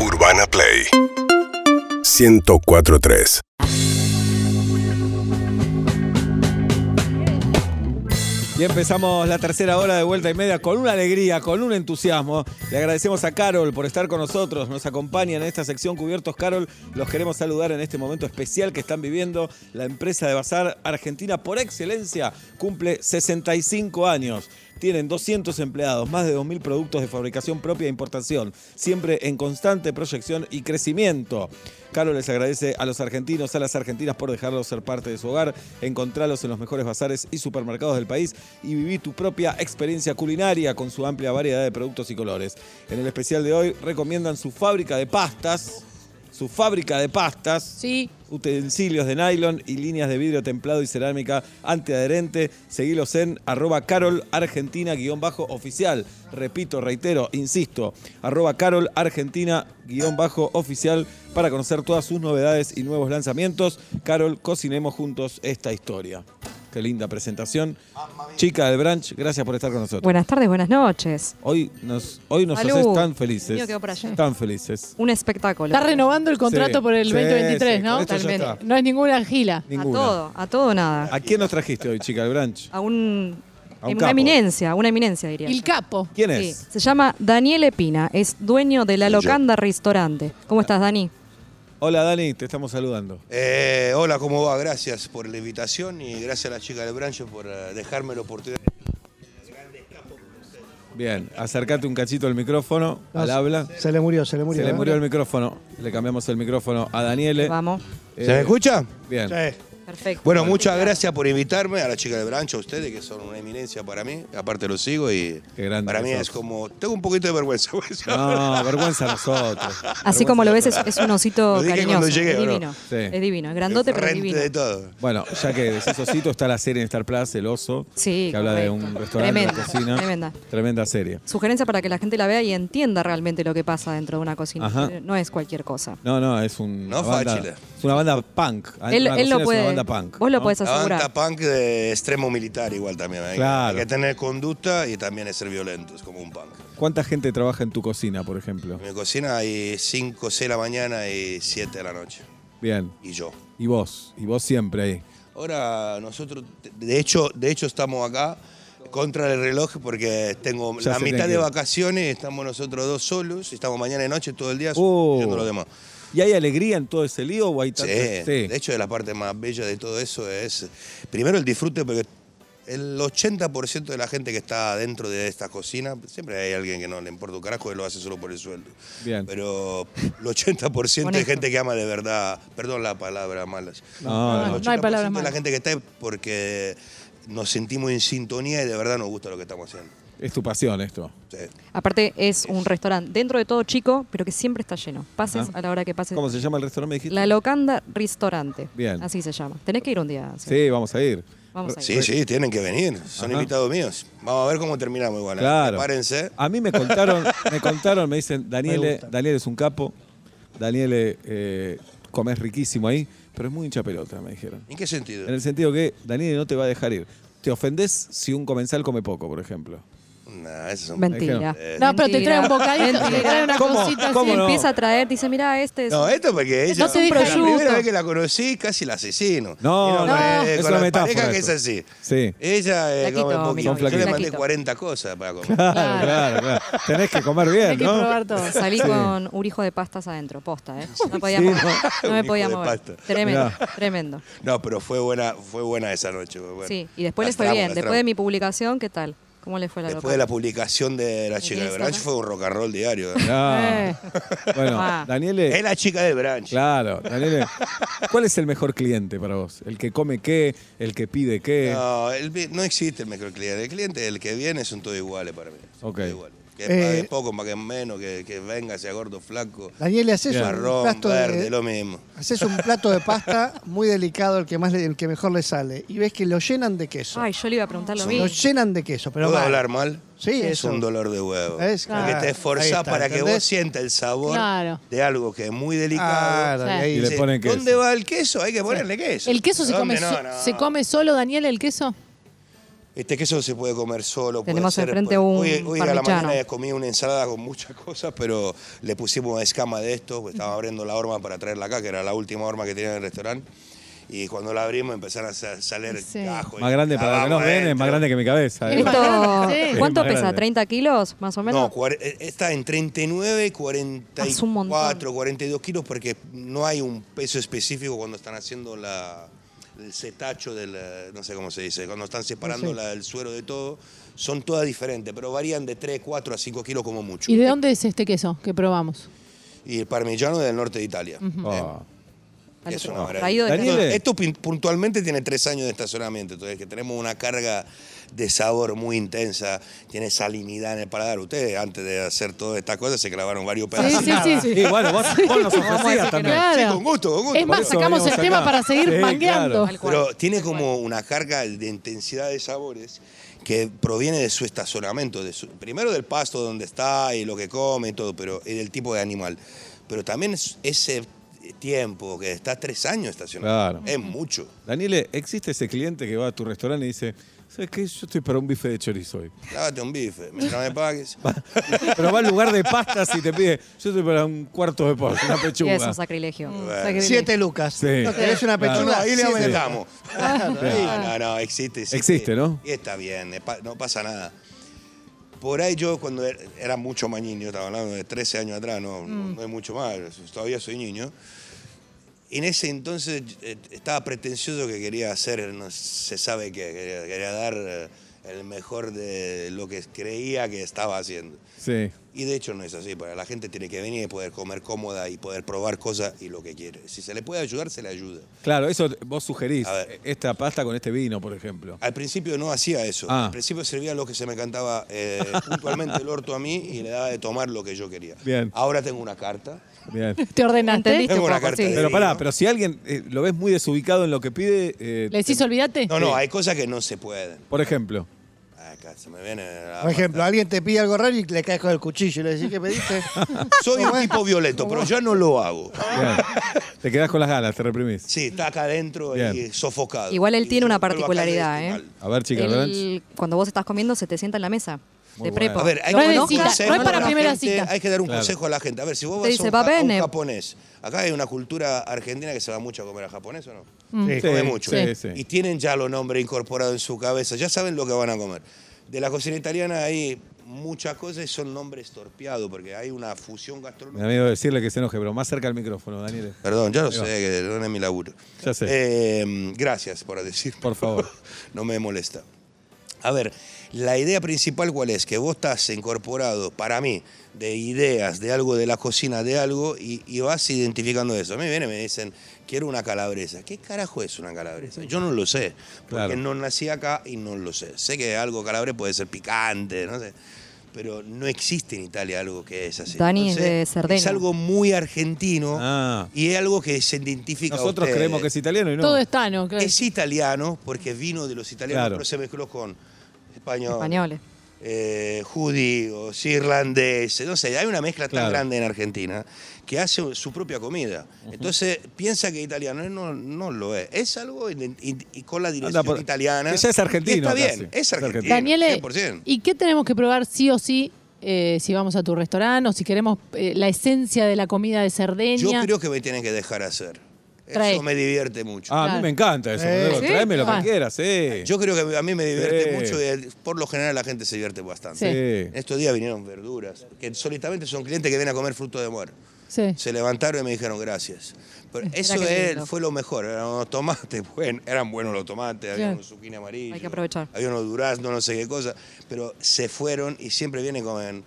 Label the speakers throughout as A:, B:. A: Urbana Play 1043
B: Y empezamos la tercera hora de vuelta y media con una alegría, con un entusiasmo. Le agradecemos a Carol por estar con nosotros. Nos acompaña en esta sección Cubiertos Carol. Los queremos saludar en este momento especial que están viviendo. La empresa de Bazar Argentina por excelencia cumple 65 años. Tienen 200 empleados, más de 2.000 productos de fabricación propia e importación, siempre en constante proyección y crecimiento. Carol les agradece a los argentinos, a las argentinas por dejarlos ser parte de su hogar. Encontralos en los mejores bazares y supermercados del país y viví tu propia experiencia culinaria con su amplia variedad de productos y colores. En el especial de hoy recomiendan su fábrica de pastas, su fábrica de pastas
C: Sí,
B: utensilios de nylon y líneas de vidrio templado y cerámica antiadherente. Seguilos en arroba carol argentina guión bajo oficial. Repito, reitero, insisto, arroba carol argentina guión bajo oficial para conocer todas sus novedades y nuevos lanzamientos. Carol, cocinemos juntos esta historia. Qué linda presentación. Chica del branch, gracias por estar con nosotros.
D: Buenas tardes, buenas noches.
B: Hoy nos, hoy nos
D: Salud.
B: haces tan
D: El
B: felices.
D: mío quedó por allá.
B: Tan felices.
D: Un espectáculo.
C: está renovando el contrato
B: Sí,
C: por el
B: sí,
C: 2023,
B: sí, con
C: ¿no?
B: esto ya
C: Talmente.
B: está.
C: No es ninguna gila.
D: A
B: Ninguna.
D: todo, Ah, a todo nada.
B: ¿A quién nos trajiste hoy, chica del branch?
D: A un,
B: A un
D: en
B: capo.
D: una eminencia, una eminencia diría.
C: El capo.
B: ¿Quién
D: Sí,
B: es?
D: Se llama Daniel Epina, es dueño de la Locanda Restaurante. ¿Cómo estás, Dani?
B: Hola Dani, te estamos saludando.
E: Eh, hola, ¿cómo va? Gracias por la invitación y gracias a la chica del brancho por eh, dejarme la oportunidad.
B: Bien, acércate un cachito al micrófono, al habla.
F: Se le murió, se le murió.
B: Se le
F: ¿eh?
B: murió el micrófono, le cambiamos el micrófono a Daniele.
D: Vamos.
B: Eh,
E: ¿Se me escucha?
B: Bien.
F: Sí.
D: Perfecto.
E: Bueno, muchas gracias por invitarme a la chica del brancho, a ustedes que son una eminencia para mí. Aparte los sigo y
B: Qué grande
E: para mí
B: que sos.
E: es como... Tengo un poquito de vergüenza. güey.
B: No, vergüenza a nosotros.
D: Así como lo ves, es, es un osito
E: Lo dije
D: cariñoso.
E: cuando llegué,
D: es
E: ¿o no?
D: divino.
B: Sí.
D: Es divino. Es grandote, pero es
E: Enfrente
D: divino.
E: de todo.
B: Bueno, ya que decís osito, está la serie en Star Plus, El Oso,
D: Sí,
B: que habla de
D: correcto.
B: un restaurante, una
D: Tremenda,
B: cocina.
D: tremenda.
B: Tremenda serie.
D: Sugerencia para que la gente la vea y entienda realmente lo que pasa dentro de una cocina.
B: Ajá.
D: No es cualquier cosa.
B: No, no, es un,
E: No
B: una banda,
E: fácil. eh.
B: es una banda punk.
D: él
B: Una
D: él
B: cocina
D: lo puede.
B: Es una banda punk.
D: vos lo
B: ¿no?
D: podés
E: La
D: asegurar.
E: banda punk de extremo militar igual también. Hay, que-
B: Claro.
E: hay que tener conducta y también es ser violentos, como un punk.
B: ¿Cuánta gente trabaja en tu cocina, por ejemplo?
E: En mi cocina hay 5, 6 de la mañana y 7 de la noche.
B: Bien.
E: Y yo.
B: Y vos, y vos siempre ahí.
E: Ahora nosotros, de hecho, de hecho estamos acá contra el reloj porque tengo
B: Ya
E: la
B: se
E: mitad
B: tiene que
E: de
B: ir.
E: vacaciones, estamos nosotros dos solos, estamos mañana y noche todo el día
B: Oh.
E: yendo a los demás.
B: ¿Y hay alegría en todo ese lío o hay
E: Sí,
B: tanta-
E: de hecho la parte más bella de todo eso es, primero el disfrute porque el 80% de la gente que está dentro de esta cocina, siempre hay alguien que no le importa un carajo y lo hace solo por el sueldo.
B: Bien.
E: Pero el 80% de
D: Honesto.
E: gente que ama de verdad, perdón la palabra malas.
B: No,
C: no, no.
E: El
C: No hay
E: 80%
C: palabras
E: de la
C: malas.
E: gente que está es porque nos sentimos en sintonía y de verdad nos gusta lo que estamos haciendo.
B: Es tu pasión esto.
E: Sí.
D: Aparte, es un restaurante dentro de todo chico, pero que siempre está lleno. Pases
B: Ajá.
D: a la hora que pases.
B: ¿Cómo se llama el restaurante? ¿Me dijiste?
D: La Locanda Restaurante.
B: Bien.
D: Así se llama. Tenés que ir un día.
B: Sí, vamos a ir.
D: Vamos a ir.
E: Sí, sí, tienen que venir. Son
B: Ajá.
E: invitados míos. Vamos a ver cómo terminamos igual. ¿eh?
B: Claro. Ah.
E: Prepárense.
B: A mí me contaron, me contaron, me dicen,
F: Me
B: Daniel,
F: gusta.
B: Daniel es un capo, Daniel eh, comes riquísimo ahí, pero es muy hincha pelota, me dijeron.
E: ¿En qué sentido?
B: En el sentido que Daniel no te va a dejar ir. Te ofendés si un comensal come poco, por ejemplo.
E: Nah, esos son-
D: Mentira.
E: Eh,
C: No, pero te
D: Mentira.
C: trae un bocadito, te trae una
B: ¿Cómo?
C: cosita así.
B: ¿Cómo no?
D: Empieza a traer, dice, mira, este es.
E: No, esto porque ella.
D: te deja
E: la
D: ir.
E: primera vez que la conocí, casi la asesino.
B: No,
E: Y
B: no,
E: con,
B: es
E: con
B: una
E: la
B: metáfora
E: pareja que es
B: eso.
E: así.
B: Sí.
E: Ella eh,
D: Flaquito,
E: come
D: mi
E: poquito.
B: novio,
E: Yo le mandé
D: flaquito.
E: 40 cosas para comer.
B: Claro, claro, claro. Tenés que comer bien,
C: Hay que
B: ¿no?
C: probar todo.
D: Salí
B: Sí.
D: con un hijo de pastas adentro, posta, ¿eh? No, podía
B: sí,
D: mover,
B: ¿no?
D: no
E: Un
D: me
E: hijo
D: podía
E: de
D: mover.
E: pasta.
D: Tremendo,
B: Mirá.
D: tremendo.
E: No, pero fue buena, fue buena esa noche. fue buena.
D: Sí, y después les fue
E: Lastramos,
D: bien. Después
E: lastramos.
D: de mi publicación, ¿qué tal? ¿Cómo les fue la
E: Después de la
D: Locanda?
E: publicación de La Chica del
D: Instagram?
E: Branch fue un rock and roll diario.
B: Ah.
C: Eh.
B: Bueno,
D: Ah.
B: Daniel
E: es La Chica del Branch.
B: Claro, Daniel, ¿cuál es el mejor cliente para vos? ¿El que come qué? ¿El que pide qué?
E: No, el vi- no existe el mejor cliente. El cliente, el que viene, son todos iguales para mí. Son
B: Ok.
E: todos iguales. Que
F: Eh,
E: pague poco, pague menos, que, que venga, sea gordo, flaco,
F: Daniel, le haces un
E: marrón,
F: plato
E: verde,
F: de.
E: lo mismo.
F: Haces un plato de pasta muy delicado, el que más le- el que mejor le sale. Y ves que lo llenan de queso.
D: Ay, yo le iba a preguntar lo
F: lo
D: mismo.
F: llenan de queso, pero
E: ¿Puedo
F: mal.
E: hablar mal?
F: Sí,
E: Es
F: eso.
E: un dolor de huevo.
F: Es-
E: Porque
F: claro.
E: te esforzás
F: Ahí está,
E: para que vos
F: ¿entendés?
E: sientas el sabor
C: Claro.
E: de algo que es muy delicado.
F: Claro, y
C: Sí.
F: ahí
B: Y le
F: sí.
B: ponen queso.
E: ¿Dónde va el queso? Hay que ponerle queso.
C: ¿El queso se come,
E: ¿Dónde? No,
C: so-
E: no.
C: se come solo, Daniel, el queso?
E: Este queso se puede comer solo. puede
D: Tenemos
E: ser-
D: enfrente
E: puede-
D: un
E: Hoy, hoy a la
D: parmigiano.
E: mañana comí una ensalada con muchas cosas, pero le pusimos escama de esto. pues Estaba abriendo la horma para traerla acá, que era la última horma que tenía en el restaurante. Y cuando la abrimos empezaron a sa- salir
C: Sí.
E: cajos.
B: Más grande
E: La
B: para los que nos
E: vamos
B: ven, es
E: adentro.
B: más grande que mi cabeza.
C: Es más
D: Esto,
C: grande, sí.
D: ¿Cuánto
B: Es más
D: pesa?
B: grande.
D: ¿30 kilos más o menos?
E: No, cuare- eh, está en 39,
D: Es un montón.
E: 44, 42 kilos porque no hay un peso específico cuando están haciendo la, el setacho del, eh, no sé cómo se dice, cuando están separando la- el suero de todo, son todas diferentes, pero varían de 3, 4 a 5 kilos como mucho.
C: ¿Y de dónde es este queso que probamos?
E: Y el parmigiano del norte de Italia. Eh,
B: Oh.
D: Al-
E: Es
D: traído
E: una
D: de
E: maravilla.
B: Daniele.
D: Canadá.
E: Entonces, Esto pin- puntualmente tiene tres años de estacionamiento, entonces que tenemos una carga de sabor muy intensa, tiene salinidad en el paladar. Ustedes antes de hacer todas estas cosas se clavaron varios
C: Sí,
E: pedazos.
C: sí, sí.
B: Y bueno, vos, vos nos ofrecías también.
E: Sí,
C: Claro.
E: con gusto, con gusto.
C: Es más,
B: eso
C: sacamos el
B: venimos
C: tema
B: acá.
C: para seguir
B: Sí,
C: mangueando.
B: claro.
E: Pero tiene como una carga de intensidad de sabores que proviene de su estacionamiento, de su- primero del pasto donde está y lo que come y todo, pero y del tipo de animal. Pero también es- ese tiempo que está tres años estacionado
B: Claro.
E: es mucho.
B: Daniele, existe ese cliente que va a tu restaurante y dice, ¿sabes qué? Yo estoy para un bife de chorizo hoy.
E: Lávate un bife, mientras me pagues.
B: Pero va al lugar de pastas y te pide, yo estoy para un cuarto de pollo, una
D: Y
B: pechuga.
D: es un sacrilegio.
E: Bueno.
F: Siete lucas.
B: Sí.
F: ¿No querés una
B: Claro.
F: pechuga?
E: No, ahí le
F: Siete.
E: aumentamos. No, no, no, existe, existe.
B: Existe, ¿no?
E: Y está bien, eh, pa- no pasa nada. Por ahí yo cuando er- era mucho más niño, estaba hablando de 13 años atrás, no, no es mucho más, todavía soy niño. En ese entonces eh, estaba pretencioso que quería hacer, no se sabe qué, quería, quería dar eh, el mejor de lo que creía que estaba haciendo.
B: Sí.
E: Y de hecho no es así, para la gente tiene que venir y poder comer cómoda y poder probar cosas y lo que quiere. Si se le puede ayudar, se le ayuda.
B: Claro, eso vos sugerís.
E: A ver.
B: Esta pasta con este vino, por ejemplo.
E: Al principio no hacía eso.
B: Ah.
E: Al principio servía lo que se me cantaba eh, puntualmente el orto a mí y le daba de tomar lo que yo quería.
B: Bien.
E: Ahora tengo una carta.
B: Bien.
C: ¿Te ordenaste?
D: ¿Entendiste
E: Tengo
D: un
E: una
D: poco?
E: carta
D: Sí.
E: de-
B: Pero pará, pero si alguien eh, lo ves muy desubicado en lo que pide, eh,
C: ¿Le decís olvídate?
E: No, no, hay cosas que no se pueden.
B: por ejemplo.
E: Acá se me viene. la
F: Por ejemplo, alguien te pide algo raro y le caes con el cuchillo y le decís que pediste.
E: pata. soy un tipo violeto, pero yo no lo hago.
B: Bien. Te quedás con las ganas, te reprimís.
E: Sí, está acá adentro
B: Bien.
E: y sofocado.
D: Igual él
E: Y
D: tiene
E: yo
D: una
E: vuelvo acá y
D: particularidad,
E: estoy
D: ¿eh?
E: este mal.
B: A ver, chicas,
D: El-
B: ¿verdad?
D: cuando vos estás comiendo se te sienta en la mesa.
B: Muy
D: de
B: bueno.
D: prepo.
E: A ver, hay
D: Lo
E: que dar
C: No
E: un
C: es cita,
E: consejo
C: no es
E: a
C: para
E: la
C: primera
E: gente,
C: cita.
E: Hay que dar un
B: Claro.
E: consejo a la gente. A ver, si vos
D: Te
E: vas a
D: dice,
E: un, ja-
D: "Va
E: a un
D: bene".
E: japonés, acá hay una cultura argentina que se va mucho a comer a japonés, ¿o no? Come
F: Sí.
B: Sí,
E: mucho.
B: sí, sí.
E: Y tienen ya los nombres incorporados en su cabeza, ya saben lo que van a comer. De la cocina italiana hay muchas cosas y son nombres torpeados, porque hay una fusión
B: Me da
E: gastronómica.
B: miedo decirle que se enoje, pero más cerca al micrófono, Daniel.
E: Perdón, yo no
B: Ahí va.
E: sé, que no es mi laburo.
B: Ya sé.
E: Eh, gracias por decir.
B: Por favor.
E: no me molesta. A ver, la idea principal cuál es, que vos estás incorporado, para mí, de ideas, de algo de la cocina, de algo, y, y vas identificando eso. A mí vienen y me dicen, quiero una calabresa. ¿Qué carajo es una calabresa? Yo no lo sé, porque
B: Claro.
E: no nací acá y no lo sé. Sé que algo calabrés puede ser picante, no sé, pero no existe en Italia algo que es así.
D: Dani es
E: Entonces,
D: de Cerdeña.
E: Es algo muy argentino
B: Ah.
E: y es algo que se identifica a
B: Nosotros
E: ustedes.
B: creemos que es italiano y no.
C: Todo está, ¿no? Claro.
E: Es italiano, porque vino de los italianos,
B: Claro.
E: pero se mezcló con español,
D: Españoles.
E: eh, judíos, irlandeses. No sé, hay una mezcla tan
B: Claro.
E: grande en Argentina que hace su propia comida. Entonces piensa que es italiano, no, no lo es. Es algo en- en- y con la dirección
B: por-
E: italiana.
B: que ya es argentino
E: Y está
B: casi.
E: bien, es
B: Es argentino.
E: argentino.
C: Daniele,
E: 100%.
C: ¿y qué tenemos que probar sí o sí eh, si vamos a tu restaurante o si queremos eh, la esencia de la comida de
E: Yo
C: Cerdeña?
E: creo que me tienen que dejar hacer.
C: Trae.
E: Eso me divierte mucho.
B: Ah, a mí me encanta eso.
F: Eh,
B: boludo.
F: ¿sí?
B: Tráeme lo
C: Ah.
B: que quieras, sí.
E: Yo creo que a mí me
B: Sí.
E: divierte mucho y eh, por lo general la gente se divierte bastante.
C: Sí.
E: En estos días vinieron verduras, que solitamente son clientes que vienen a comer fruto de mar.
C: Sí.
E: Se levantaron y me dijeron gracias. Pero
D: Mirá
E: eso
D: qué
E: es-
D: lindo.
E: fue lo mejor. Eran unos tomates, buen- eran buenos los tomates, había
C: Claro.
E: unos zucchini amarillos.
D: Hay que aprovechar.
E: Había unos duraznos, no sé qué cosa. Pero se fueron y siempre vienen con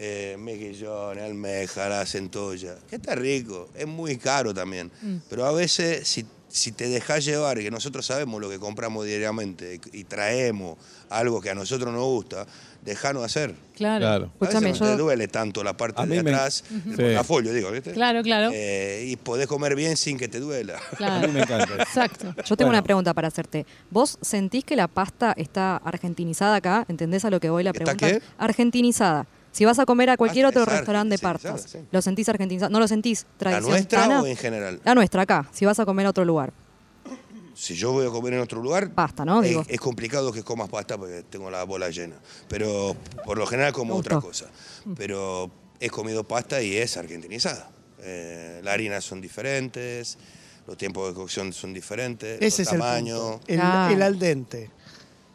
E: eh, mejillones, almeja, la centolla. Que está rico. Es muy caro también.
D: Mm.
E: Pero a veces, si, si te dejas llevar, que nosotros sabemos lo que compramos diariamente y, y traemos algo que a nosotros nos gusta, dejanos hacer.
C: Claro. Pues,
B: Claro.
E: A veces
D: Escúchame,
E: no te
D: yo-
E: duele tanto la parte
B: A
E: de
B: mí me-
E: atrás, el
B: Sí.
E: portafolio, digo, ¿viste?
C: Claro, claro.
E: Eh, y podés comer bien sin que te duela.
C: claro.
B: A mí me encanta.
C: Exacto.
D: Yo tengo
B: Bueno.
D: una pregunta para hacerte. ¿Vos sentís que la pasta está argentinizada acá? ¿Entendés a lo que voy la
E: ¿Está
D: pregunta?
E: qué?
D: Argentinizada. Si vas a comer a cualquier
E: Ah,
D: otro
E: es
D: restaurante de
E: argentinizada,
D: pastas,
E: sí.
D: ¿lo sentís argentinizado? ¿No lo sentís
E: ¿La
D: tradición
E: nuestra
D: tana?
E: o en general?
D: La nuestra acá, si vas a comer a otro lugar.
E: Si yo voy a comer en otro lugar,
D: Pasta, ¿no?
E: Es,
D: Digo.
E: es complicado que comas pasta porque tengo la bola llena. Pero por lo general como
D: Me
E: otra
D: gustó.
E: cosa. Pero he comido pasta y es argentinizada. Eh, las harinas son diferentes, los tiempos de cocción son diferentes,
F: Ese
E: los
F: es el
E: tamaños.
F: punto. El,
D: Ah.
F: el al dente.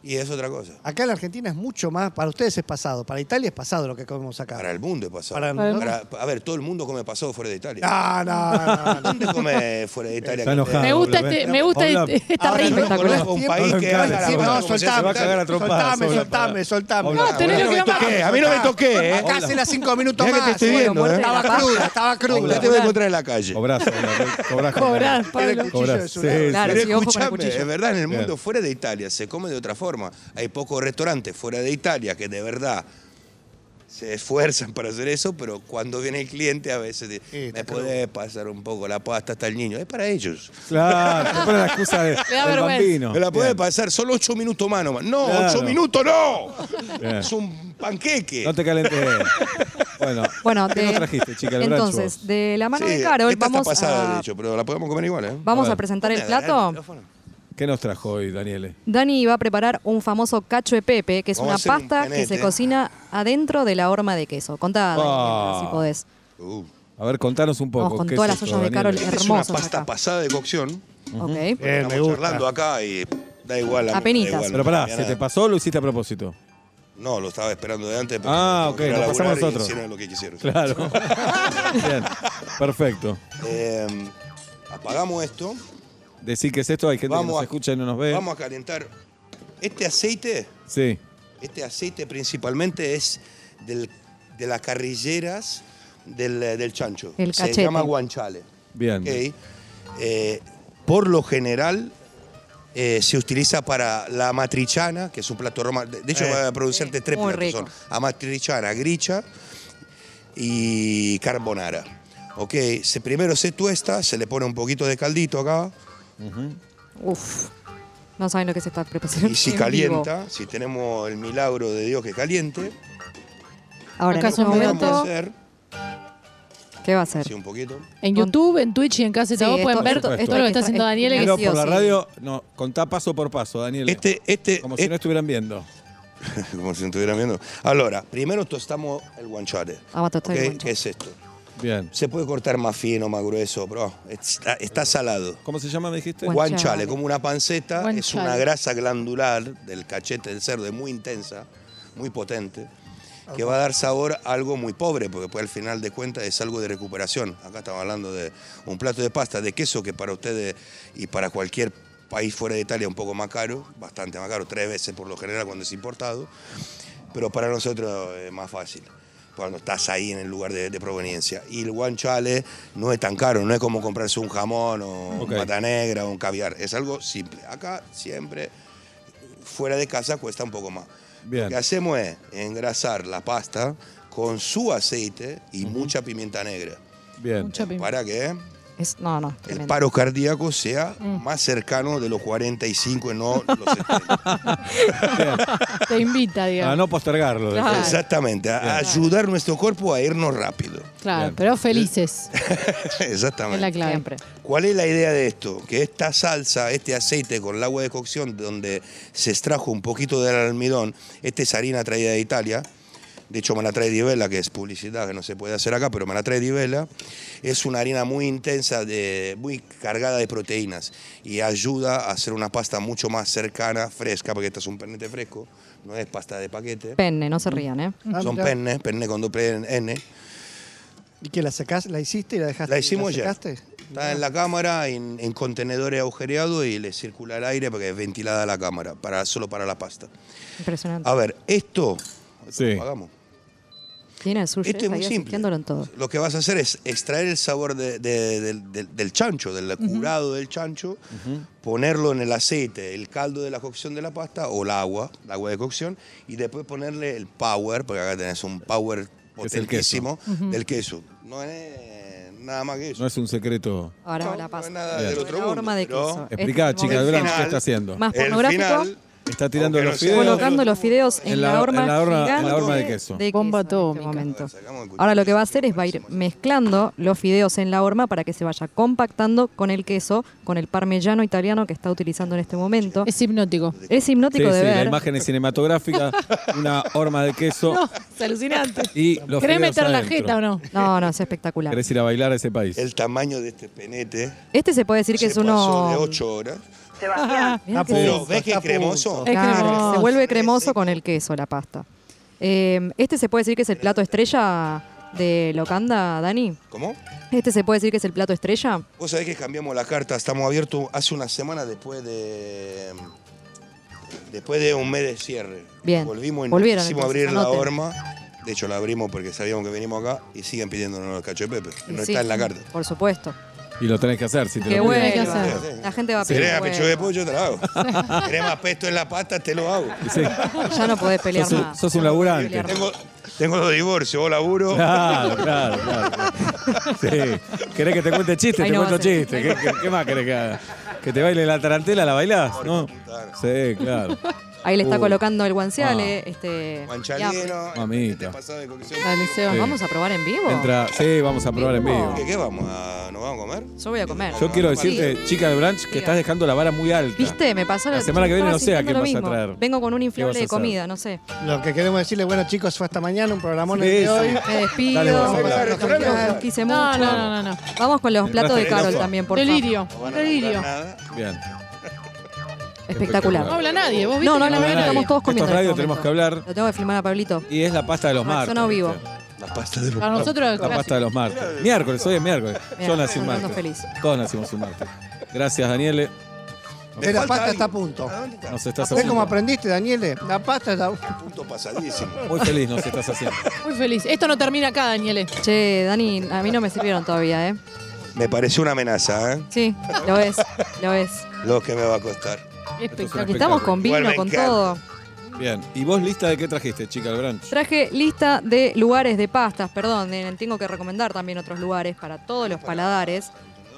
E: Y es otra cosa.
F: Acá en la Argentina es mucho más. Para ustedes es pasado. Para Italia es pasado lo que comemos acá.
E: Para el mundo he pasado.
F: Para el
E: Para- a ver, todo el mundo come pasado fuera de Italia.
F: No, no, no, no.
E: ¿Dónde come fuera de Italia?
B: Ah. Está enojado.
C: Me gusta,
B: Pablo,
C: este,
B: ven.
C: me gusta
B: Pablo,
C: este- esta
F: Ahora
C: rifa.
E: no
F: no
E: conozco
F: conozco
E: un país
B: No
E: que
B: lo
E: haga la
B: encares.
F: Sí,
E: broma
F: no,
E: como se hace
F: soltame.
E: en Italia.
B: a trompadas
F: soltame,
B: ahora,
F: soltame,
B: para-
F: soltame.
B: Hola.
C: No, tenés
E: A mí no
C: lo
E: me
C: que vamos a-
E: toqué, a mí no me toqué, ¿eh?
F: Acá hace las cinco minutos
E: Mirá que
F: más.
E: te estoy
F: Bueno,
E: viendo,
D: ¿eh?
F: Estaba cruda, estaba cruda.
E: Ya te voy a encontrar en la calle.
B: Cobrás, Pablo, cobrás.
C: Cobrás,
F: Era el
C: Pablo.
F: cuchillo de
B: Cobras,
F: su
B: sí,
F: lado.
B: sí.
D: Claro,
E: Pero
D: sí, ojo con el
E: escuchame,
D: cuchillo.
E: es verdad, en el
B: Bien.
E: mundo fuera de Italia se come de otra forma. Hay pocos restaurantes fuera de Italia que de verdad se esfuerzan para hacer eso, pero cuando viene el cliente a veces dice,
F: Sí, está
E: me podés pasar un poco la pasta hasta el niño. Es para ellos.
B: Claro, te ponen la excusa de,
C: da
B: del
C: vergüenza.
B: bambino.
E: me la podés
B: Bien,
E: pasar solo ocho minutos más nomás. No,
B: Claro.
E: ocho minutos no.
B: bien.
E: Es un panqueque.
B: No te calentes. Bueno,
D: Bueno,
B: ¿qué
D: de-
B: nos trajiste, chica? El
D: entonces,
B: bracho.
D: de la mano
E: Sí,
D: de Carol
E: esta
D: vamos
E: está pasada,
D: a,
E: de hecho, pero la podemos comer igual, ¿eh?
D: vamos
B: A ver.
D: a presentar el
E: Dame, agarrá
D: plato.
E: micrófono.
B: ¿Qué nos trajo hoy, Daniele?
D: Dani va a preparar un famoso cacho de pepe, que es
E: Vamos a
D: una
E: hacer un
D: pasta que
E: panete.
D: se cocina adentro de la horma de queso. Contá, Dani,
B: Ah.
D: si podés.
E: Uh.
B: A ver, contanos un poco.
D: Vamos con
B: ¿qué
D: todas
B: es
D: las
B: esto,
D: ollas de
B: Daniele?
D: Carol.
E: Esta es una
D: Hermosos
E: pasta
D: acá.
E: pasada de cocción.
D: Ok.
F: Bien, Eh, me
E: Estamos
F: gusta.
E: charlando acá y da igual. La,
D: Apenitas.
E: da igual,
B: Pero pará,
E: no cambia
B: ¿se te
E: nada.
B: pasó o lo hiciste a propósito?
E: No, lo estaba esperando de antes. porque
B: Ah,
E: tengo
B: ok,
E: que ir a
B: lo
E: laburar
B: pasamos
E: y
B: nosotros.
E: Hicieron lo que quisieron.
B: Claro. Bien, perfecto.
E: Eh, apagamos esto.
B: Decir que es esto, hay gente que nos escucha y no nos ve.
E: Vamos a calentar. Este aceite,
B: Sí.
E: este aceite principalmente es del- de las carrilleras del, eh, del chancho.
D: El
E: Se
D: cachete.
E: llama guanchale.
B: Bien.
E: Ok. Eh, por lo general eh, se utiliza para la matrichana, que es un plato romano. De de hecho,
F: Eh.
E: va a producirte tres
D: Muy
E: platos.
D: rico.
E: Son amatrichana, gricha y carbonara. Ok, se, primero se tuesta, se le pone un poquito de caldito acá.
D: Uf. No saben lo que se está preparando.
E: Y si
D: en vivo.
E: calienta, si tenemos el milagro de Dios que caliente,
D: Ahora, en
C: Acá
D: este
C: son
E: vamos a
D: momento,
E: hacer,
D: ¿qué va a hacer?
E: sí, un poquito.
C: En YouTube, en Twitch y en casa de
D: Sí,
C: Tabaco
D: esto-
C: pueden ver
B: esto-
C: todo
B: esto
C: lo que
D: que
C: está
D: está-
C: haciendo Daniel.
D: es-
C: que
B: Pero
D: Daniele,
B: por
D: sí
B: la
D: o sí.
B: radio, no, contá paso por paso, Daniele.
E: Este, este,
B: Como si no estuvieran viendo.
E: como si no estuvieran viendo. Allora, primero tostamos el guanciale.
D: Vamos a tostar el
E: ¿ok?
D: guanciale.
E: ¿Qué es esto?
B: Bien.
E: Se puede cortar más fino, más grueso, pero está, está salado.
B: ¿Cómo se llama, me dijiste?
D: Guan- Guanciale.
E: Guanchale, como una panceta, es
C: Guanciale.
E: una grasa glandular del cachete del cerdo, es muy intensa, muy potente, que va a dar sabor a algo muy pobre, porque pues, al final de cuentas es algo de recuperación. Acá estamos hablando de un plato de pasta de queso que para ustedes y para cualquier país fuera de Italia es un poco más caro, bastante más caro, tres veces por lo general cuando es importado, pero para nosotros es más fácil cuando estás ahí en el lugar de, de proveniencia. Y el guanciale no es tan caro, no es como comprarse un jamón
B: Ok.
E: o un pata negra o un caviar, es algo simple. Acá siempre fuera de casa cuesta un poco más.
B: Bien.
E: Lo que hacemos es engrasar la pasta con su aceite y mucha pimienta negra
B: Bien.
C: Mucha pimienta.
E: para que
D: Es- no, no.
E: el
D: tremendo.
E: paro cardíaco sea más cercano de los 45 y no los 70.
C: Te invita,
B: A
C: digamos.
B: Ah, no postergarlo.
C: Claro.
B: después.
E: Exactamente, a ayudar nuestro cuerpo a irnos rápido.
C: Claro,
B: Bien.
C: pero felices
E: Exactamente.
C: es la clave.
D: Siempre.
E: ¿Cuál es la idea de esto? Que esta salsa, este aceite con el agua de cocción, donde se extrajo un poquito del almidón, esta es harina traída de Italia. De hecho, me la trae Divela, que es publicidad que no se puede hacer acá, pero me la trae Divela. Es una harina muy intensa, de, muy cargada de proteínas y ayuda a hacer una pasta mucho más cercana, fresca, porque esta es un pernete fresco, no es pasta de paquete.
D: Penne, no se
E: Mm.
D: rían, ¿eh?
F: Ah,
E: Son
F: mirá.
E: penne, penne con doble N.
F: ¿Y que la sacás? ¿La hiciste y la dejaste?
E: La hicimos ya.
F: sacaste?
E: Está en la cámara, en, en contenedores agujereados y le circula el aire porque es ventilada la cámara, para, solo para la pasta.
D: Impresionante.
E: A ver, esto.
B: Sí.
E: lo pagamos.
D: Tiene el suyo,
E: Esto este es muy
D: ahí
E: simple.
D: asistiéndolo en todo.
E: Lo que vas a hacer es extraer el sabor de- de- del- del- del chancho, del curado del chancho, ponerlo en el aceite, el caldo de la cocción de la pasta o el agua, el agua de cocción, y después ponerle el power, porque acá tenés un power
B: Que es el
E: potentísimo del queso. No es nada más que eso.
B: No es un secreto.
D: Ahora
E: No,
D: va la
E: no es
D: pasta.
E: nada
D: Bien.
E: del otro
D: La
E: mundo,
D: horma de
E: pero-
D: queso. Este Es
B: Explicá,
D: el
B: chica,
D: momento.
B: de bracho,
E: final-
B: ¿qué está haciendo?
D: Más
E: El
D: pornográfico.
E: final
B: Está tirando
E: Aunque
B: los
E: no sea-
B: fideos.
D: Colocando los fideos en,
B: En la-
D: la, horma
B: en la horna- en la
D: gigante
E: horma de
B: queso.
C: Bomba
D: en este
C: atómica.
D: momento.
E: Sacamos el cuchillo.
D: Ahora lo que va a hacer es va a ir mezclando los fideos en la horma para que se vaya compactando con el queso, con el parmellano italiano que está utilizando en este momento. Es,
C: Es hipnótico.
B: Sí,
D: hipnótico
B: sí,
D: de
B: la
D: ver.
B: imagen es cinematográfica, una horma de queso
C: No, es alucinante.
B: y los
C: ¿Querés
B: fideos
C: meter la
B: adentro.
C: jeta o no?
D: No, no, es espectacular.
B: ¿Querés ir a bailar a ese país?
E: El tamaño de este penete
D: Este se puede decir que
E: se
D: es uno. Ah,
E: pasó de 8 horas.
D: Mirá
F: Ah,
D: que-
F: pero-
E: Pero ves que
F: está
E: es
F: a punto.
E: cremoso.
C: Es
D: Claro,
C: cremoso.
D: se vuelve cremoso con el queso la pasta. Eh, este se puede decir que es el plato estrella de Locanda, Dani.
E: ¿Cómo?
D: Este se puede decir que es el plato estrella.
E: Vos sabés que cambiamos la carta, estamos abiertos hace una semana después de después de un mes de cierre.
D: Bien.
E: Volvimos y
D: Volvieron,
E: quisimos
D: entonces,
E: abrir la
D: anoten.
E: horma. De hecho la abrimos porque sabíamos que venimos acá y siguen pidiéndonos los cachos de pepe. No
D: Sí,
E: está en la carta.
D: Por supuesto.
B: Y lo tenés que hacer si te
D: Que
B: lo piden.
C: que
D: vuelva.
E: hacer.
D: La gente va a
E: Si querés
D: pedir.
E: pecho de
D: vuelva.
E: pollo, te la hago. querés más pesto en la pasta, te lo hago.
B: Sí.
D: Ya no podés pelear
B: Sos, un-
D: más.
B: sos un laburante.
D: Pelear más.
E: Tengo, tengo dos divorcios, vos laburo.
B: Claro, claro, claro. Sí. ¿Querés que te cuente chistes?
D: Ahí
B: Te
D: no va
B: cuento
D: a ser.
B: chistes. ¿Qué, qué, qué más querés que haga? ¿Que te baile la tarantela? ¿La bailás? ¿No? Sí, claro.
D: Ahí le está
B: Uh.
D: colocando el guanciale.
E: Ah.
D: Este, ya.
E: Manchalino,
B: Mamita.
E: este pasado de cocción.
C: Dale, Seba.
B: Sí.
D: Vamos a probar en vivo.
B: Entra, sí, vamos a probar en vivo.
E: ¿Qué, qué vamos a, ¿Nos vamos a comer?
D: Yo voy a comer.
B: Yo quiero
E: Sí.
B: decirte, chica de Branch, que
D: Diga.
B: estás dejando la vara muy alta.
D: ¿Viste? Me pasó
B: La semana que viene no sé a
D: estaba
B: quién
D: sintiendo
B: vas a
D: lo mismo.
B: traer.
D: Vengo con un inflable
B: vas a
D: de
B: hacer?
D: comida, no sé.
F: Lo que queremos decirle, bueno chicos, fue hasta mañana un programón
B: Sí,
F: el
B: sí.
F: de hoy.
D: Me despido.
B: Dale, vamos a
F: Vamos a
E: hablar.
F: dejar
E: Claro.
D: Los quise mucho.
C: No, no, no, no, no.
D: Vamos con los platos de
B: Mientras
D: Carol
B: tenés-
D: también, por favor.
C: Delirio,
E: No van a
C: delirio.
E: comprar nada.
B: Bien.
D: Espectacular.
C: No habla nadie, vos viste.
D: No, no
C: que
D: habla nadie. Estamos todos
B: Estos
D: comiendo en
B: radios
D: este
B: tenemos que
D: momento.
B: hablar.
D: Lo tengo que filmar a Pablito.
B: Y es la pasta de los
D: Maxo
B: martes.
D: no vivo.
B: ¿viste?
E: La pasta de
D: Ah,
C: Para nosotros es
B: La pasta
C: clásico.
B: de los martes. Miércoles, hoy es miércoles.
D: Mira,
B: Yo nací un
D: contando
B: martes.
D: feliz.
B: Todos nacimos un martes. Gracias, Daniele.
E: Me
F: Pero la
E: falta
F: pasta está a
E: algo.
F: punto.
E: ¿A dónde está?
B: Nos estás
F: ¿Ves cómo
B: haciendo.
F: aprendiste, Daniele? La pasta está...
E: Ah, Punto pasadísimo.
B: Muy feliz nos estás haciendo.
C: Muy feliz. Esto no termina acá, Daniele.
D: Che, Dani, a mí no me sirvieron todavía, ¿eh?
E: Me pareció una amenaza, ¿eh?
D: Sí, lo es, lo es.
E: Lo que me va a costar.
D: Aquí
C: Espectacular.
D: estamos con
E: Igual
D: vino,
E: me
D: con
E: encanta.
D: todo.
B: Bien. ¿Y vos lista de qué trajiste, chica del Branch?
D: Traje lista de lugares de pastas, perdón, de- tengo que recomendar también otros lugares para todos los paladares.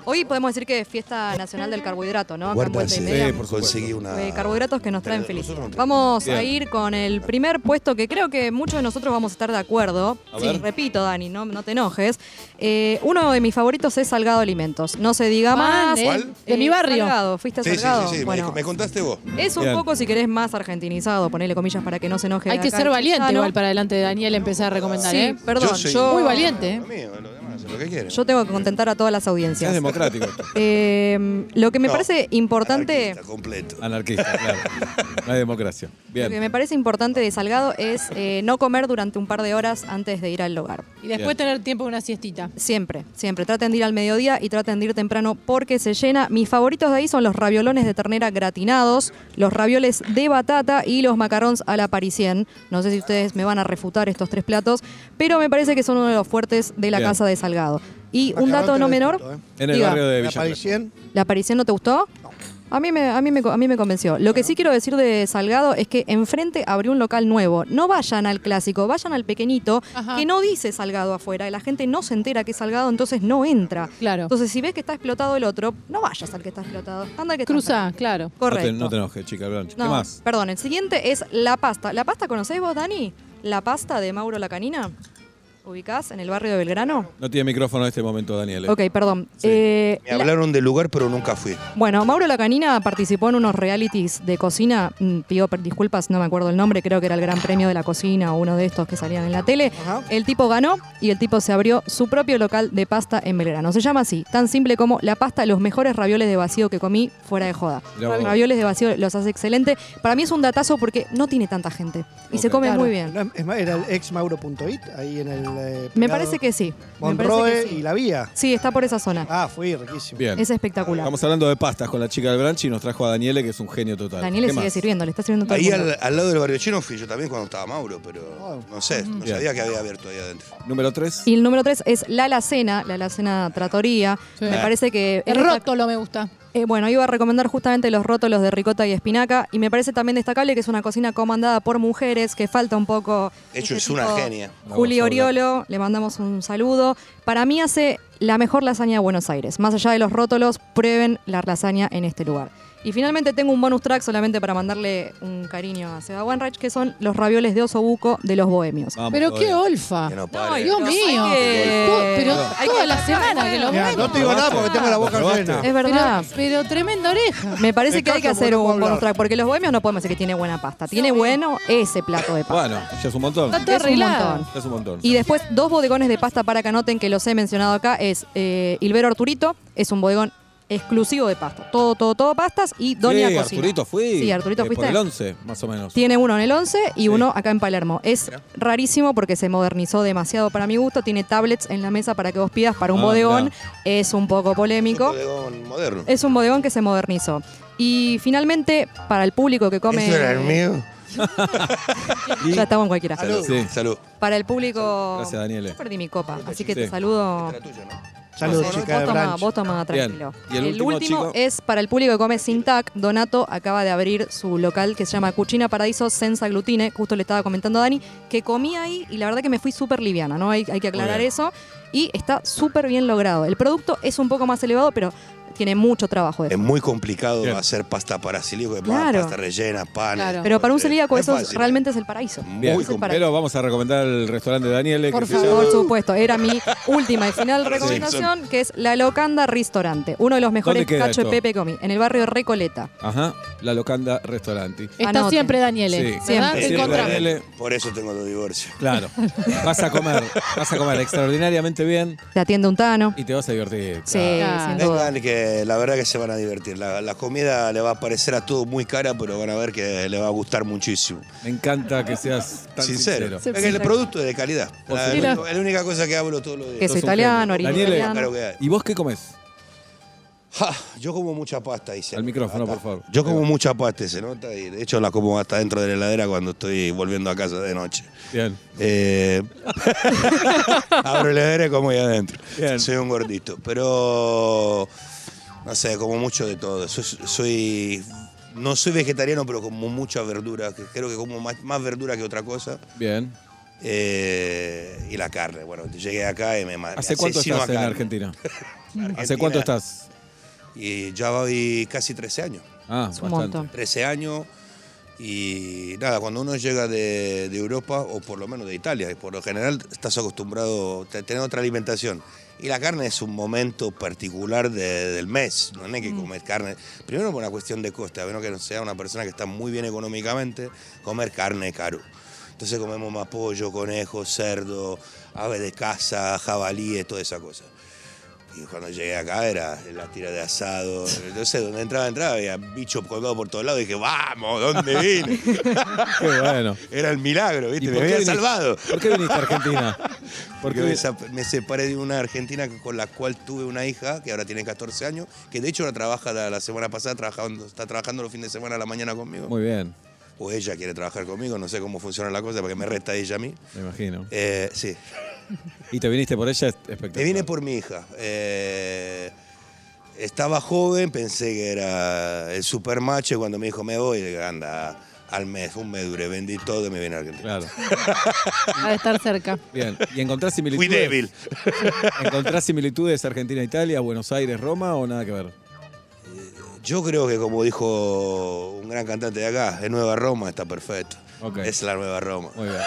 D: Hoy podemos decir que es fiesta nacional del carbohidrato, ¿no? Acá en Vuelta y Media.
B: Sí, por supuesto.
E: Conseguí una.
D: Eh, carbohidratos que nos traen
E: Pero Ah. nosotros
D: felicidad.
E: no tenemos.
D: Vamos a
B: Bien.
D: ir con el primer puesto que creo que muchos de nosotros vamos a estar de acuerdo.
B: A
D: Sí,
B: ver.
D: repito, Dani, no, no te enojes. Eh, uno de mis favoritos es Salgado Alimentos. No se diga más.
C: Van, ¿eh?
E: ¿Cuál?
C: De mi barrio.
D: Salgado, fuiste a
E: Sí, sí, sí,
D: Salgado.
E: sí, me-
D: Bueno,
E: Me, contaste vos.
D: es un
B: Bien.
D: poco, si querés, más argentinizado, ponele comillas para que no se enoje.
C: Hay que
D: acá
C: ser
D: el
C: valiente
D: paisano.
C: igual para delante de Daniel empezar a recomendar,
D: Sí,
C: ¿eh?
D: perdón,
E: soy-
D: yo-
C: Muy valiente, ¿eh?
E: Lo mío, lo demás, lo que quieren.
D: Yo tengo que contentar a todas las
B: Es
D: audiencias.
B: democrático. esto.
D: Eh, lo que me
E: No,
D: parece importante...
E: Anarquista completo.
B: Anarquista, claro. No hay democracia.
D: Lo que
B: Bien.
D: me parece importante de Salgado es eh, no comer durante un par de horas antes de ir al hogar.
C: Y después
B: Bien.
C: tener tiempo de una siestita.
D: Siempre, siempre. Traten de ir al mediodía y traten de ir temprano porque se llena. Mis favoritos de ahí son los raviolones de ternera gratinados, los ravioles de batata y los macarons a la parisien. No sé si ustedes me van a refutar estos tres platos, pero me parece que son uno de los fuertes de la
B: Bien.
D: casa de Salgado. Y un
F: Macarrón
D: dato
F: te
D: no
F: lo
D: menor.
F: discuto, ¿eh?
B: En el
D: diga,
B: barrio de
F: La
B: Villa.
F: parisien.
D: ¿La parisien no te gustó? A mí, me, a, mí me, a mí me convenció. Lo que sí quiero decir de Salgado es que enfrente abrió un local nuevo. No vayan al clásico, vayan al pequeñito,
C: Ajá.
D: que no dice Salgado afuera. y La gente no se entera que es Salgado, entonces no entra.
C: Claro.
D: Entonces, si ves que está explotado el otro, no vayas al que está explotado. Anda al que está
C: Cruza,
D: explotado.
C: claro.
B: No te,
D: Correcto.
B: no te enojes, chica del Branch. ¿Qué
D: No,
B: más?
D: Perdón, el siguiente es La Pasta. ¿La Pasta conocéis vos, Dani? ¿La Pasta de Mauro La Canina? ¿Ubicás en el barrio de Belgrano?
B: No tiene micrófono en este momento, Daniel. eh.
D: Ok, perdón.
B: Sí.
D: Eh,
E: Me hablaron del lugar, pero nunca fui.
D: Bueno, Mauro La Canina participó en unos realities de cocina. Mm, Pido per- disculpas, no me acuerdo el nombre, creo que era el Gran Premio de la Cocina o uno de estos que salían en la tele. El tipo ganó y el tipo se abrió su propio local de pasta en Belgrano. Se llama así, tan simple como la pasta, los mejores ravioles de vacío que comí fuera de joda.
B: Mirá vos.
D: Ravioles de vacío los hace excelente. Para mí es un datazo porque no tiene tanta gente y se
B: Ok.
D: come
C: Claro.
D: muy bien.
F: No, es- es más, era el ex Mauro.it, ahí en el... eh,
D: Me
F: pegado
D: parece que sí. Me parece
F: Monroe
D: que sí.
F: y la vía.
D: Sí, está por esa zona.
F: Ah, fui, riquísimo.
B: Bien.
D: Es espectacular.
B: Estamos hablando de pastas con la chica del Branch y nos trajo a Daniele, que es un genio total.
D: Daniel le
B: ¿Qué
D: sigue
B: más?
D: sirviendo, le está sirviendo todo el
E: Ahí
D: mundo.
E: al, al lado del barrio chino fui yo también cuando estaba Mauro, pero no sé, no
B: Bien.
E: sabía que había abierto ahí adentro.
D: Ah.
B: Número 3.
D: Y el número tres es la alacena, la alacena tratoría.
C: Sí.
D: Me parece que...
C: El rótolo me gusta.
D: Eh, bueno, iba a recomendar justamente los rótulos de ricota y espinaca. Y me parece también destacable que es una cocina comandada por mujeres, que falta un poco...
E: De hecho,
D: este
E: es una
D: tipo-
E: genia.
B: Bravo,
D: Juli
B: Paula.
D: Oriolo, le mandamos un saludo. Para mí hace la mejor lasaña de Buenos Aires. Más allá de los rótolos, prueben la lasaña en este lugar. Y finalmente tengo un bonus track solamente para mandarle un cariño a Seba Wanreich, que son los ravioles de oso buco de los bohemios.
B: Vamos,
C: Pero qué
B: todavía.
C: olfa.
E: Que no pare.
D: No,
C: Dios
D: no, hay
C: mío.
D: que-
C: To- Pero
D: No. Hay
C: toda
D: que-
C: la semana que lo
F: Mirá,
C: vemos.
F: no te digo nada porque tengo la boca
B: ¿Probaste?
F: llena.
D: Es verdad.
C: Pero, pero tremenda oreja.
D: Me parece
F: Me
D: que hay que
F: callo porque
D: hacer
F: no puedo
D: un bonus
F: hablar.
D: track, porque los bohemios no podemos decir que tiene buena pasta. Tiene bueno ese plato de pasta.
B: Bueno, ya es un montón.
C: Está
B: Ya
C: todo
D: Es un
C: arreglado.
D: montón.
B: es un montón.
D: Y después, dos bodegones de pasta para que anoten que los he mencionado acá es eh, Hilbero Arturito, es un bodegón exclusivo de pasta. Todo, todo, todo pastas y Doña
B: sí,
D: Cocina.
B: Arturito fui.
D: Sí, Arturito
B: eh,
D: fuiste.
B: Por el 11, más o menos.
D: Tiene uno en el 11 y
B: Sí.
D: uno acá en Palermo. Es rarísimo porque se modernizó demasiado para mi gusto. Tiene tablets en la mesa para que vos pidas para un
B: Ah,
D: bodegón.
B: mirá.
D: Es un poco polémico.
E: Es un bodegón moderno.
D: Es un bodegón que se modernizó. Y finalmente, para el público que come...
E: ¿Eso era el mío?
D: Ya estamos en cualquiera.
E: Salud.
B: Sí.
E: Salud.
D: Para el público...
B: Gracias, Daniele.
D: Yo perdí mi copa, así que te
B: Sí.
D: saludo.
E: Era tuyo, ¿no?
F: Saludos,
D: No, no,
F: chica de
D: vos tomá,
F: Branch.
D: vos tomá, tranquilo.
B: Bien. ¿Y el último, chico?
D: es para el público que come sin tac. Donato acaba de abrir su local que se llama Cucina Paradiso Senza Glutine. Justo le estaba comentando a Dani que comí ahí y la verdad que me fui súper liviana, ¿no? Hay, hay que aclarar
B: bien.
D: eso. Y está súper bien logrado. El producto es un poco más elevado, pero tiene mucho trabajo
E: Es
D: detrás.
E: muy complicado
B: Bien.
E: hacer pasta para celíaco de pan,
D: Claro.
E: pasta rellena, pan.
C: Claro.
D: Pero para un celíaco
E: Es
D: eso es-
E: fácil.
D: realmente es el paraíso.
E: Muy
B: Bien,
D: Es el paraíso.
B: pero vamos a recomendar el restaurante de Daniele.
C: Por
B: que se
C: favor.
B: llama-
D: Por supuesto, era mi última y final
E: Parece
D: recomendación, que es La Locanda Restaurante, uno de los mejores
B: queda
D: cacho de
B: esto?
D: Pepe que comí, en el barrio Recoleta.
B: Ajá, la locanda restaurante.
C: Está
D: Anoten.
C: siempre Daniele.
B: Sí.
C: ¿Verdad?
D: Siempre.
C: Te
E: Siempre
C: encontramos.
E: Daniele. Por eso tengo los divorcios.
B: Claro. Vas a comer, vas a comer extraordinariamente bien
D: Te atiende un Tano.
B: y Ah, te vas a divertir.
D: Sí,
C: Claro.
D: sin duda.
E: Vengan que la verdad que se van a divertir. La, la comida le va a parecer a todo muy cara, pero van a ver que le va a gustar muchísimo.
B: Me encanta que seas tan sincero.
E: Sincero. Es que el producto es de calidad.
B: Por
E: La,
B: supuesto.
E: la- la única cosa que hablo todos los días.
D: Que
B: Sos
D: soy
B: un genio.
D: italiano, origen
B: Daniele.
D: italiano.
E: Claro que hay.
B: ¿Y vos qué comes?
E: Ja, yo como mucha pasta, dice.
B: Al micrófono,
E: Acá.
B: por favor.
E: Yo como mucha pasta, y se nota. Y de hecho la como hasta dentro de la heladera cuando estoy volviendo a casa de noche.
B: Bien.
E: Eh, abro el heladera y como ahí adentro.
B: Bien.
E: Soy un gordito. Pero, no sé, como mucho de todo. Soy, soy- no soy vegetariano, pero como mucha verdura. que Creo que como más, más verdura que otra cosa.
B: Bien.
E: Eh, y la carne. Bueno, llegué acá y me ma- me
B: ¿Hace cuánto
E: asesino
B: estás
E: a
B: en
E: carne.
B: Argentina? ¿Hace
E: Argentina.
B: cuánto estás?
E: Y ya voy casi 13 años.
B: Ah,
D: Es un
B: bastante.
D: montón.
E: 13 años. Y nada, cuando uno llega de, de Europa, o por lo menos de Italia, y por lo general estás acostumbrado a tener otra alimentación. Y la carne es un momento particular de- del mes, no hay que comer carne. Primero por una cuestión de costa, a menos que no sea una persona que está muy bien económicamente, comer carne es caro. Entonces comemos más pollo, conejo, cerdo, aves de caza, jabalíes, toda esa cosa. Y cuando llegué acá era la tira de asado. Entonces, donde entraba, entraba, había bichos colgados por todos lados. Y dije, vamos, ¿dónde vine?
B: Qué bueno.
E: Era el milagro, ¿viste? Este, Me
B: por qué
E: había
B: viniste-
E: salvado.
B: ¿Por qué viniste a Argentina?
E: Porque
B: Porque
E: me, sap- me separé de una argentina con la cual tuve una hija, que ahora tiene 14 años, que de hecho ahora trabaja la, la semana pasada, trabajando, está trabajando los fines de semana a la mañana conmigo.
B: Muy bien,
E: O ella quiere trabajar conmigo, no sé cómo funciona la cosa, porque me resta ella a mí.
B: me imagino.
E: Eh, sí.
B: ¿Y te viniste por ella? Es Espectacular.
E: Me vine por mi hija. Eh, estaba joven, pensé que era el supermacho y cuando me dijo me voy, dije, anda, al mes, un mes dure, vendí todo y me vine a Argentina.
B: Claro.
C: Ha de estar cerca.
B: Bien. ¿Y encontrás
E: Fui
B: similitudes?
E: débil.
B: ¿Encontrás similitudes Argentina-Italia, Buenos Aires, Roma o nada que ver?
E: Yo creo que como dijo un gran cantante de acá, es Nueva Roma, está perfecto.
B: Ok.
E: Es la Nueva Roma.
B: Muy bien.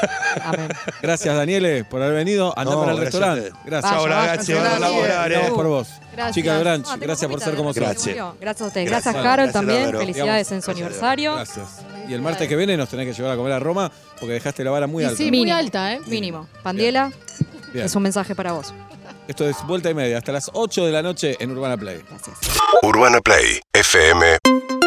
D: Amén.
B: Gracias, Daniele, por haber venido. Andá
E: No,
B: para el
E: gracias a
B: restaurante.
E: ustedes.
B: Gracias.
E: Chao,
D: Vaya,
E: ragazzi,
D: vaya,
E: vamos a
D: gracias.
E: laborar, eh.
B: Vamos por vos.
D: Gracias.
B: Chica de Branch,
D: Ah, tengo
B: gracias por
D: copita,
B: ser como sos.
D: gracias,
E: Gracias.
D: Julio. Gracias a ustedes.
E: Gracias.
D: Gracias, Carol,
E: Gracias,
D: también.
E: Álvaro.
D: Felicidades en su
E: Gracias,
D: aniversario.
B: Gracias. Y el martes que viene nos tenés que llevar a comer a Roma porque dejaste la vara muy
C: Y
B: alta.
C: sí. Muy alta, ¿eh?
D: Mínimo. Pandiela,
B: Bien.
D: es un mensaje para vos.
B: Esto es vuelta y media, hasta las 8 de la noche en Urbana Play.
D: Gracias.
A: UrbanaPlay.fm.com